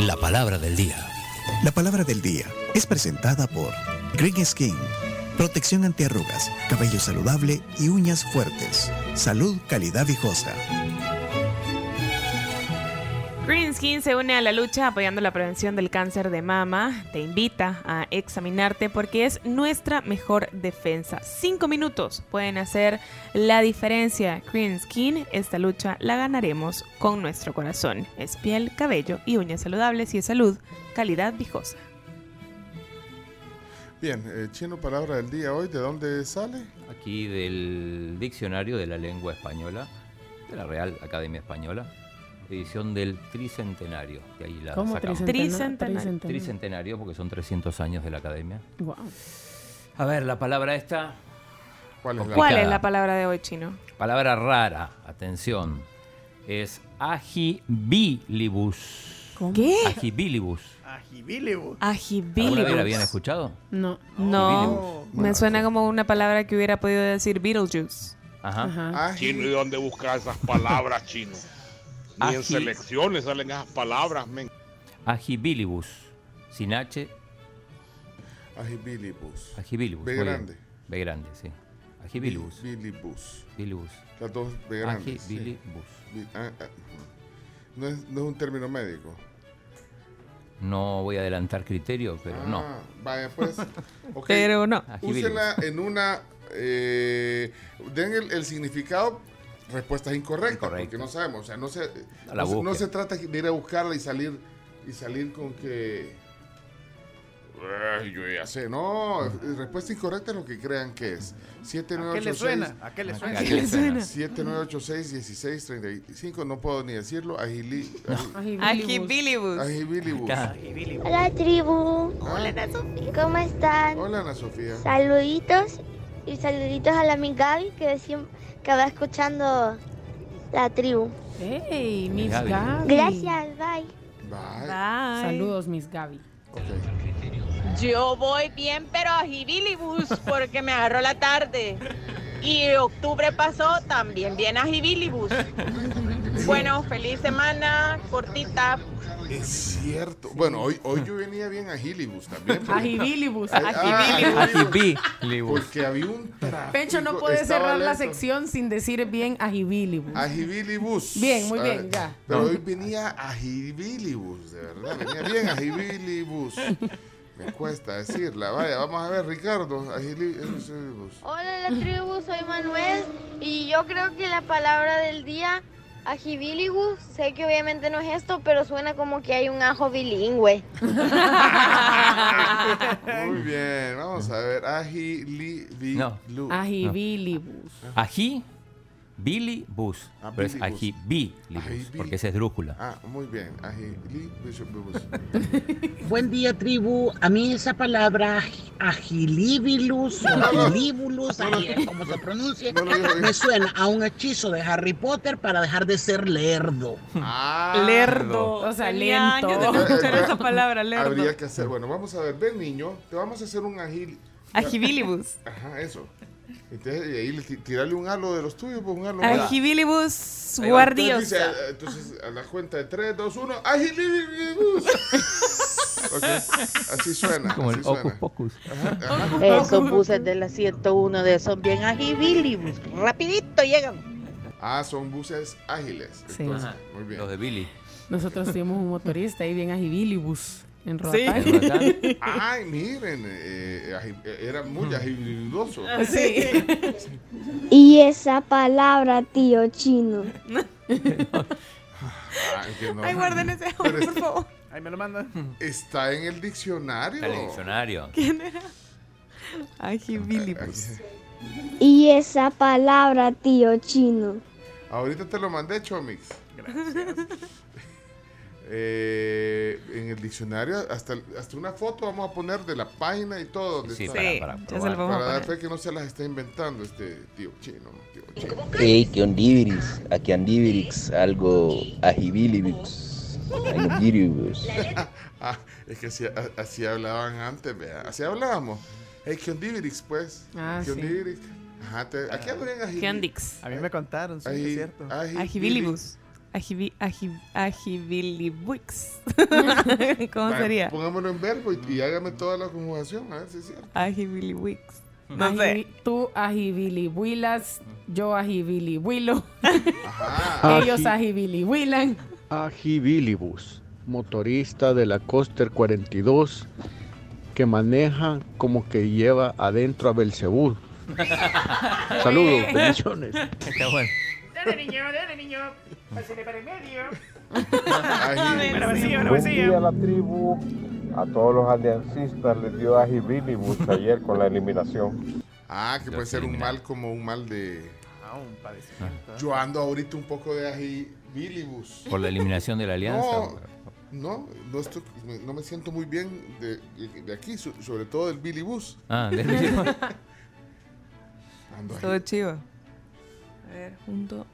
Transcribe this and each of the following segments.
La palabra del día. La palabra del día es presentada por Green Skin. Protección ante arrugas, cabello saludable y uñas fuertes. Salud, calidad viejosa. Green Skin se une a la lucha apoyando la prevención del cáncer de mama. Te invita a examinarte porque es nuestra mejor defensa. Cinco minutos pueden hacer la diferencia. Green Skin, esta lucha la ganaremos con nuestro corazón. Es piel, cabello y uñas saludables y es salud, calidad viejosa. Bien, eh, chino, palabra del día hoy, ¿de dónde sale? Aquí del Diccionario de la Lengua Española, de la Real Academia Española, edición del Tricentenario. De ahí la ¿Cómo? sacamos. Tricentenario. Tricentenario, porque son 300 años de la Academia. Wow. A ver, la palabra esta, ¿Cuál es la ¿Cuál Picada. es la palabra de hoy, chino? palabra rara, atención, es agibilibus. ¿Qué? Agibilibus. ¿Alguna vez la habían Agibilibus. escuchado? No. No, Agibilibus. me suena como una palabra que hubiera podido decir Beetlejuice. Ajá. Ajá. Chino, ¿y dónde buscas esas palabras, chino? Ni en Ají. selecciones salen esas palabras, men. Agibilibus. Sin H, Agibilibus. agibilibus. B muy bien. grande. B grande, sí. Agibilibus. Bilibus. Bilibus. Las dos B grandes. sí. Agibilibus. Bi- ah, ah, No, es, no es un término médico. No voy a adelantar criterio, pero no. Ah, Vaya, pues. ok. Pero no. Agibilibus. Úsela en una. eh, den el, el significado, respuestas incorrectas, porque Incorrecto. no sabemos. O sea, no se, eh, No la no, se- no busque. se trata de ir a buscarla y salir, y salir con que. "Ay, yo ya sé, no. eh, Respuesta incorrecta es lo que crean que es. ¿A qué le 7986. suena? ¿A qué le ¿A suena? qué le suena? 7986-1635, no puedo ni decirlo. Agili, Agibilibus. agibilibus. Acá. Hola tribu, Hola, Ana ¿cómo están? Hola, Ana Sofía. Saluditos y saluditos a la mi Gaby que, siem- que va escuchando la tribu. Hey, Miss Gaby. Gaby. Gracias, bye. Bye. Bye. Saludos, Miss Gaby. Ok. Yo voy bien, pero a Jibilibus porque me agarró la tarde. Y octubre pasó también bien a Jibilibus. Bueno, feliz semana, cortita. Es cierto. Bueno, hoy, hoy yo venía bien a Hilibus también. porque- Agibilibus. Ay, Agibilibus. ah, Agibilibus. Porque había un tráfico. Pencho no puede estaba cerrar la lento. sección sin decir bien agibilibus. Agibilibus. Bien, muy bien, Ah, ya. Pero hoy venía agibilibus, de verdad. Venía bien agibilibus. Me cuesta decirla. Vaya, vamos a ver, Ricardo. Agilibus. Hola la tribu, soy Manuel y yo creo que la palabra del día ajibiligus, sé que obviamente no es esto, pero suena como que hay un ajo bilingüe. Muy bien, vamos a ver. Agilibus. No. Agibilibus. Ají, Billy Bus. Ah, Pero es Billy Bus. ají, Billy Bus, Ajibilibus. porque esa es drújula. Ah, muy bien. Agilibus. Buen día, tribu. A mí esa palabra ag- agilibilus, o agilibulus, agi- como se pronuncia, No lo digo bien. me suena a un hechizo de Harry Potter para dejar de ser lerdo. Ah, Lerdo. O sea, Tenía lento. años de no escuchar esa palabra, lerdo. Habría que hacer. Bueno, vamos a ver. Ven, niño. Te vamos a hacer un agil. Agibilibus. Ajá, eso. Entonces, y ahí le ti- tirarle un halo de los tuyos, pues un halo. Agibilibus Ahí va. Entonces, dice, eh, guardiosa. a- entonces, a la cuenta de 3, 2, 1, agilibus. Ok, Así suena. Como así el suena. Ocus Pocus. Eso puse de la 101 de esos bien a Jibilibus. Rapidito llegan. Ah, son buses ágiles. Sí. Entonces, Ajá. Ah, muy bien. Los de Billy. Nosotros tuvimos un motorista ahí bien agibilibus en Roatán. Pero acá, Ay, miren, eh, agi- eh, era muy agibiloso. Sí. Y esa palabra, tío chino. Ay, que no. Ay, guarden ese ajo, Pero es- por favor. Ahí me lo mandan. Está en el diccionario. Está en el diccionario. Agibilibus. Ay, Y esa palabra, tío chino. Ahorita te lo mandé, Chomix. Gracias. Eh, en el diccionario, hasta, hasta una foto vamos a poner de la página y todo. donde Sí, está. para, Sí, para ya se probar. lo vamos a Para dar poner. fe que no se las está inventando este tío chino. tío chino. Ey, que ondiviris, a que ondiviris, algo agibilibus, agibilibus. Ah, es que así, a- así hablaban antes, vea. Así hablábamos. Es que ondivirix, pues. Ah, que sí. ondivirix. Ajá, te, aquí andan en ají- Kendix. A mí me contaron, sí, ají- es cierto. ají- Agibilibus. Ajibi, aji- ajibilibuix. ¿Cómo Vale, sería? Pongámoslo en verbo y, y hágame toda la conjugación, a ver si es cierto. Ajibilibuix. Aji- Tú ajibilihuilas, yo ajibilihuilo. Ellos ajibilihuilan. Ajibilibus, motorista de la Coaster 42 que maneja como que lleva adentro a Belcebú. Saludos, bendiciones. Está bueno. Dale, niño, dale, niño. Pásale para el medio. Una vacía, una Buen vacía. día la tribu. A todos los aliancistas les dio ajibilibus ayer con la eliminación. Ah, que puede ser un mal como un mal de. Ah, un padecimiento. Yo ando ahorita un poco de ajibilibus. Por la eliminación de la alianza. No, no, no, estoy- me- no me siento muy bien de, de aquí, so- sobre todo del bilibus. Ah, del bilibus. Ando Todo ahí. chivo. A ver, junto.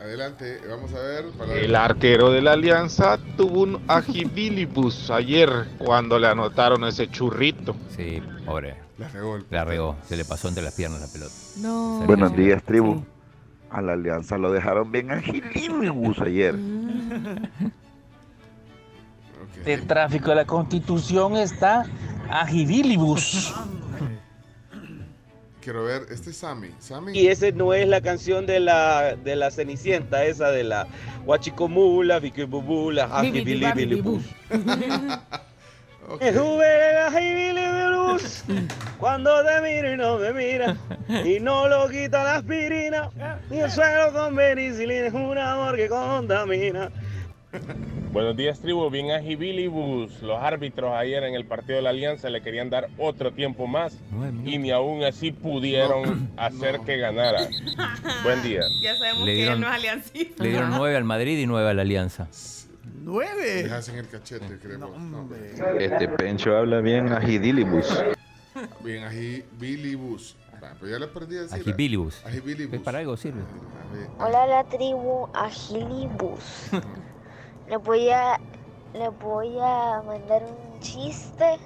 Adelante, vamos a ver. para- El arquero de la Alianza tuvo un ajibilibus ayer cuando le anotaron ese churrito. Sí, pobre. La regó. La regó. Se le pasó entre las piernas la pelota. No. Buenos días, tribu. A la alianza lo dejaron bien agilibus ayer. El tráfico de la Constitución está ajibilibus. Quiero ver, este es Sammy. Sammy. Y esa no es la canción de la, de la Cenicienta, esa de la Huachicomula, Viquibubula, Ajibilibilibus. Sube el ajibilibus cuando te mira y no me mira y no lo quita la aspirina y el suelo con penicilina es un amor que contamina. Buenos días, tribu. Bien, Ajibilibus. Los árbitros ayer en el partido de la Alianza le querían dar otro tiempo más y ni aún así pudieron hacer que ganara. Buen día. Ya sabemos Le que dieron- no es aliancista. Le dieron nueve al Madrid y nueve a la alianza. ¡Nueve! Le hacen el cachete, creemos. No, Este Pencho habla bien agidilibus. Bien, ajibilibus. Va, pues ya le aprendí a decir. Ajibilibus. Ajibilibus. Pues para algo sirve. Hola la tribu Agilibus. Le voy a le voy a mandar un chiste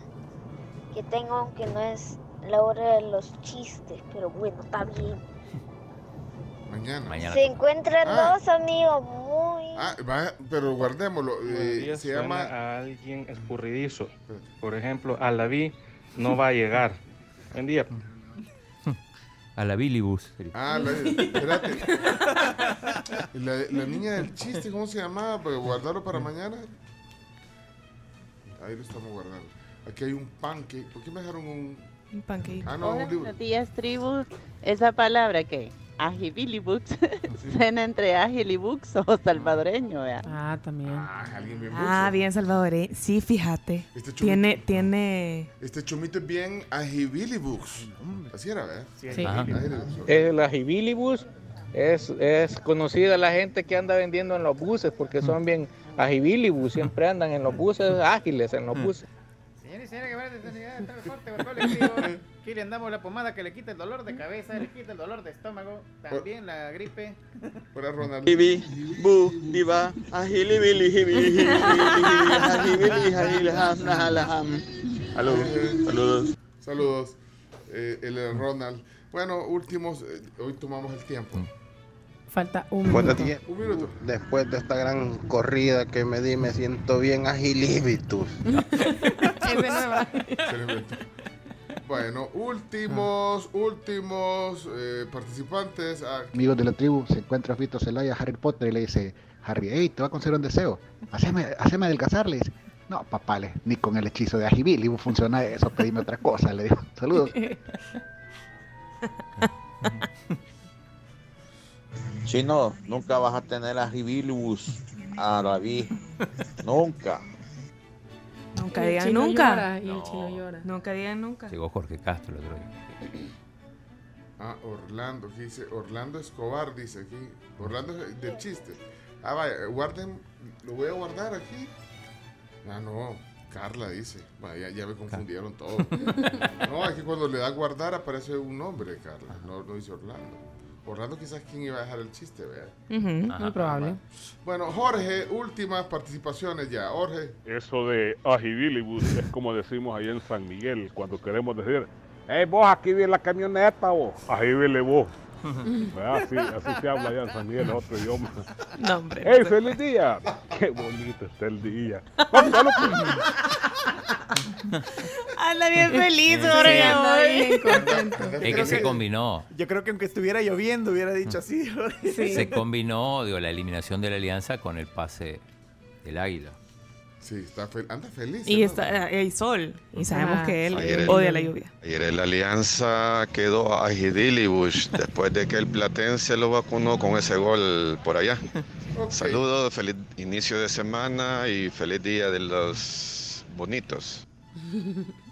que tengo aunque no es la hora de los chistes, pero bueno, está bien. Mañana. Se encuentran Ah. dos amigos muy Ah, va, pero guardémoslo. eh, Buenos días, se llama. suena a alguien escurridizo. Por ejemplo, a la vi no va a llegar. Buen día. A la Bilibus. Ah, la, espérate. La, la niña del chiste, ¿cómo se llamaba? Pues guardarlo para mañana. Ahí lo estamos guardando. Aquí hay un pancake. ¿Por qué me dejaron un.? Un pancake. Ah, no, un libro. Buenos días, tribu. Esa palabra que ajibilibux suena entre agilibux o salvadoreño, vea. Ah, también. alguien bien Ah, buzo. bien, Salvador. ¿eh? Sí, fíjate. chumito. Tiene, tiene. Este chomito es bien ajibilibux. Así era, ¿verdad? Ah, Sí. Ajá. El ajibilibus es, es conocida la gente que anda vendiendo en los buses porque son bien ajibilibus, siempre andan en los buses ágiles, en los buses. Señores y señores, que van a necesidad de transporte, por favor, les digo que le andamos la pomada que le quita el dolor de cabeza, le quita el dolor de estómago, también la gripe. Fuera Ronald. Bibi, bu, diva, ajilibili, jibili, jibili, jibili, ajibili, jajili, jam, najalaham. Saludos. Saludos. Saludos. Eh, el de Ronald. Bueno, últimos. eh, hoy tomamos el tiempo. Falta un Buenos minuto. días. Después de esta gran corrida que me di, me siento bien agilibitus. Se lo inventó. Bueno, últimos, últimos eh, participantes. Ah, Amigos de la tribu, se encuentra Fito Celaya, Harry Potter, y le dice, Harry, hey, te va a conceder un deseo. Haceme, haceme adelgazar, le dice. No, papá, le- ni con el hechizo de Ajibilibus funciona eso, pedime otra cosa, le dijo. Saludos. Chino, nunca vas a tener ajibilibus árabe. Nunca. Nunca Y el digan chino nunca. llora, y el chino llora. Nunca digan nunca. Llegó Jorge Castro el otro día. ah, Orlando, aquí dice Orlando Escobar, dice aquí. Orlando es del chiste. Ah, vaya, guarden, lo voy a guardar aquí. Ah, no, Carla dice. Bueno, ya, ya me confundieron todo. No, es que cuando le da guardar aparece un nombre, Carla. No, no dice Orlando. Orlando quizás quien iba a dejar el chiste, vea. Ujú, muy probable. Bueno, Jorge, últimas participaciones ya. Jorge. Eso de ajibilibus es como decimos ahí en San Miguel, cuando queremos decir, hey vos, aquí viene la camioneta vos, ajibilibus. Ah, sí, así se habla allá en San Miguel, otro idioma. No, hombre. ¡Ey, feliz día! ¡Qué bonito está el día! ¡Vamos, vamos! Anda bien feliz, Sí, ahora sí. ya Anda voy. bien contento. Es que se combinó. Yo creo que aunque estuviera lloviendo hubiera dicho así. Se combinó digo, la eliminación de la alianza con el pase del águila. Sí, está anda feliz. Y está, eh, hay sol. Y sabemos Ah. que él Ayer el- odia la lluvia. Ayer la alianza quedó a Bush después de que el Platense lo vacunó con ese gol por allá. Saludos, feliz inicio de semana y feliz día de los bonitos.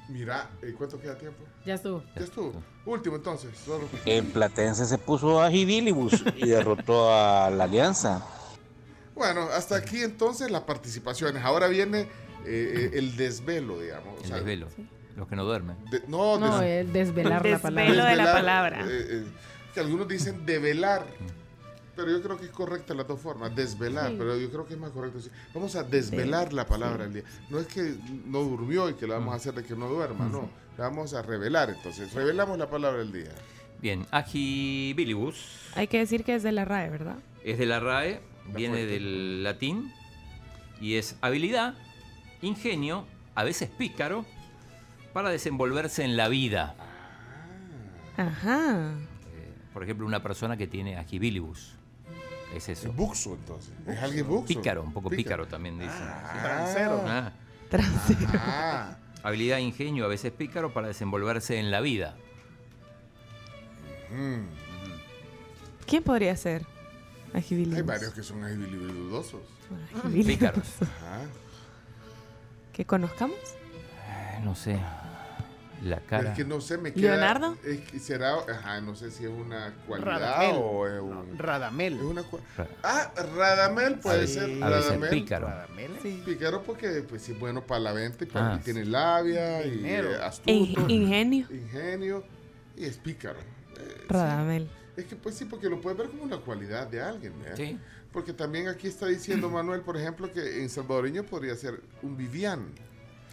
Mira, ¿y cuánto queda tiempo? Ya estuvo. Ya estuvo. Último entonces. Solo. El Platense se puso a Gibilibus y derrotó a la Alianza. Bueno, hasta aquí entonces las participaciones. Ahora viene eh, eh, el desvelo, digamos. O El sea, desvelo. Los que no duermen. de- no, No, el desvelar la palabra. Desvelo de la desvelar, palabra. eh, eh, que algunos dicen develar. Pero yo creo que es correcta las dos formas, desvelar, Sí. pero yo creo que es más correcto decir, vamos a desvelar la palabra del día. No es que no durmió y que la vamos a hacer de que no duerma, no, la vamos a revelar entonces, revelamos la palabra del día. Bien, agibilibus Hay que decir que es de la RAE, ¿verdad? es de la RAE, viene del latín y es habilidad, ingenio, a veces pícaro, para desenvolverse en la vida. Ajá. Por ejemplo, una persona que tiene agibilibus. Es eso. buxo, entonces. ¿Es alguien buxo? Pícaro, un poco Pícaro. pícaro, también dicen. Transero. Ah. Ah, Habilidad, ingenio, a veces pícaro, para desenvolverse en la vida. ¿Quién podría ser? Agibilibus. hay varios que son agilibiludosos. Agibilibus. Pícaros. Ajá. ¿Que conozcamos? Eh, No sé. La cara. Es que no sé, me queda. ¿Leonardo? es que será, ajá, no sé si es una cualidad Radamel. o es un. Radamel. Es una cua- Ah, Radamel puede Sí. ser. A veces Radamel. pícaro. Radamel. Pícaro porque pues, sí es bueno para la venta y, para- Ah, y tiene labia y Dinero. eh, astuto. In- ingenio. Ingenio y es pícaro. Eh, sí. Radamel. Es que pues sí, porque lo puedes ver como una cualidad de alguien, ¿eh? ¿verdad? Sí. Porque también aquí está diciendo Manuel, por ejemplo, que en salvadoreño podría ser un Vivian.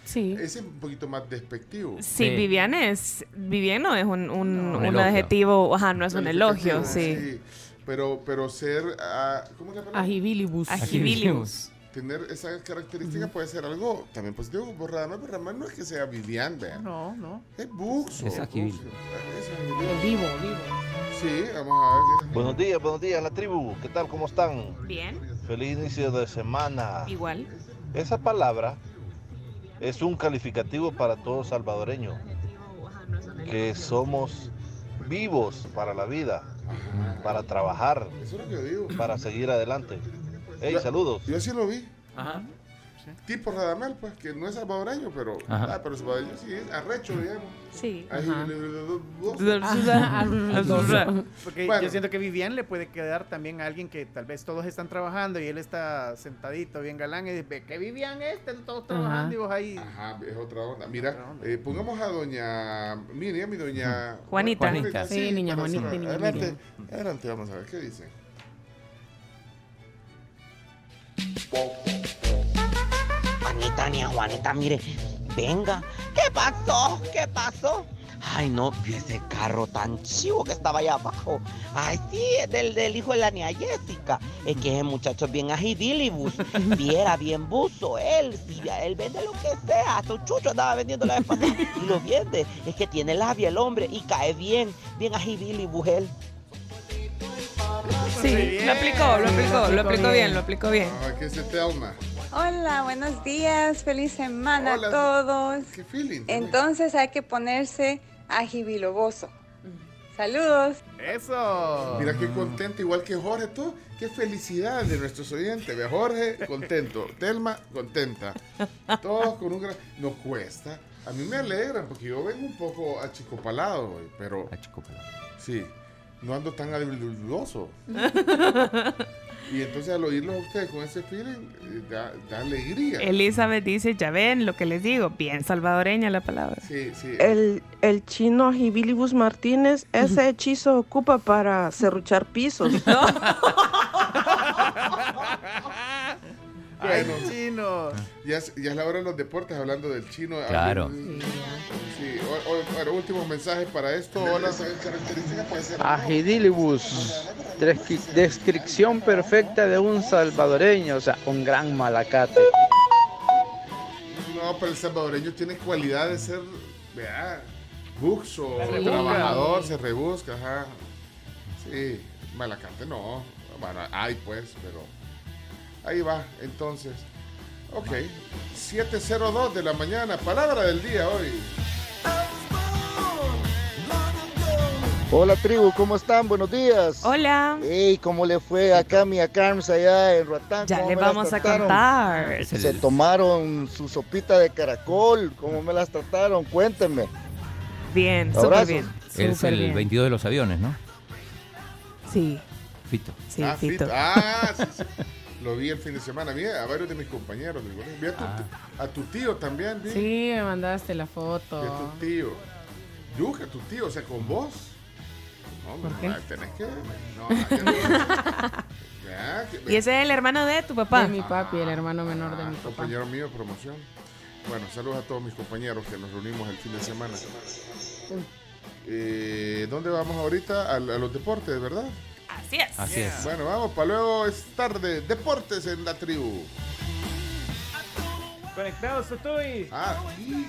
Sí. Ese es un poquito más despectivo. Sí, Vivian es. Vivian no es un, un- un No, un elogio. adjetivo. Ajá, no es un elogio, sí. Pero, pero ser, ah, ¿cómo es la palabra? Agibilibus. Agibilibus. Tener esa característica puede ser algo también positivo. Por Radamel, por Radamel no es que sea Vivian, vean. No, no. Es buxo. Es agibil. buxo. Es agibil. Vivo, vivo. Sí, vamos a ver. Buenos días, buenos días, la tribu. ¿Qué tal? ¿Cómo están? Bien. Feliz inicio de semana. Igual. Esa palabra es un calificativo para todo salvadoreño. Que somos vivos para la vida, para trabajar, Eso es lo que yo digo. para seguir adelante. Hey, Yo- saludos. Yo sí lo vi. Ajá. Tipo Radamel, pues, que no es salvadoreño, pero, Ajá. ah, pero salvadoreño sí es arrecho, digamos. Sí. Porque Bueno. yo siento que Vivian le puede quedar también a alguien que tal vez todos están trabajando y él está sentadito, bien galán, y dice, que Vivian este, todos trabajando y vos ahí. Ajá, es otra onda. Mira, eh, pongamos a doña Miriam y doña Juanita. Juanita. Sí, niña para Juanita, cerrar. niña adelante, Miriam. adelante, vamos a ver qué dicen. Juanita, ni a Juanita, mire, venga. ¿Qué pasó? ¿Qué pasó? Ay, no, vi ese carro tan chivo que estaba allá abajo. Ay, sí, es del, del hijo de la niña Jessica. Es que ese muchacho es bien agilibus. Si era bien buzo, él, sí, él vende lo que sea. Hasta un chucho andaba vendiendo la vez pasada. Y lo vende. Es que tiene labia el hombre y cae bien, bien agibilibus él. Sí, lo aplicó, lo aplicó, lo aplicó bien, lo aplicó bien. Ah, ¿qué se te alma? Hola, buenos días, feliz semana Hola. a todos. ¿Qué feeling? Entonces hay que ponerse agibiloboso. Mm. Saludos. Eso. Mira qué contento, igual que Jorge, tú. Qué felicidad de nuestros oyentes. Ve, Jorge, contento. Telma, contenta. Todos con un gran. Nos cuesta. A mí me alegran porque yo vengo un poco achicopalado hoy, pero. Ah, Achicopalado. Sí. No ando tan agridulce. y entonces al oírlos a ustedes con ese feeling, eh, da, da alegría. Elizabeth dice: Ya ven lo que les digo. Bien salvadoreña la palabra. Sí, sí. El, el chino Gibilibus Martínez, ese hechizo ocupa para cerruchar pisos. Bueno, chino. Ah. ya es, ya es la hora de los deportes hablando del chino. Claro. Alguien- Sí, o- o- bueno, últimos mensajes para esto. Hola, Agidilibus. Descri- Descripción perfecta de un salvadoreño, o sea, un gran malacate. No, pero el salvadoreño tiene cualidad de ser, vea, buxo, rebusca. trabajador, se rebusca, ajá. Sí, malacante no. Bueno, hay pues, pero ahí va, entonces. Ok, 7.02 de la mañana, palabra del día hoy. Hola tribu, ¿cómo están? Buenos días. Hola. Hey, ¿cómo le fue a Cami a Carms allá en Roatán? Ya ¿Cómo le me las vamos a trataron? contar. Es el- Se tomaron su sopita de caracol, ¿cómo me las trataron? Cuéntenme. Bien, súper Abrazos. bien. Él es súper el bien. 22 de los aviones, ¿no? Sí, Fito. sí, ah, Fito. Fito. Ah, sí, sí. Lo vi el fin de semana. Vi a varios de mis compañeros del colegio. Vi a tu, Ah. a tu tío también. Vi. Sí, me mandaste la Vi a tu foto. tío. Yuca, tu tío, o sea, con vos. No, ¿Por no, qué? ah, tenés que. No, ah, que no. Ya, que- Y ese es el hermano de tu papá. De mi papi, el hermano menor de Ah, mi papá. compañero mío de promoción. Bueno, saludos a todos mis compañeros que nos reunimos el fin de semana. Eh, ¿Dónde vamos ahorita? Al- a los deportes, ¿verdad? Así es. Así es. Bueno, vamos, para luego es tarde. Deportes en la tribu. Conectados, Tutuy. Ah, y.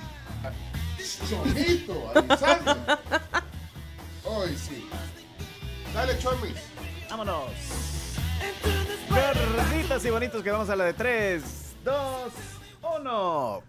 Chomito, avisando. Hoy sí. Dale, Chomis. Vámonos. Gorditos y bonitos, que vamos a la de 3, 2, 1.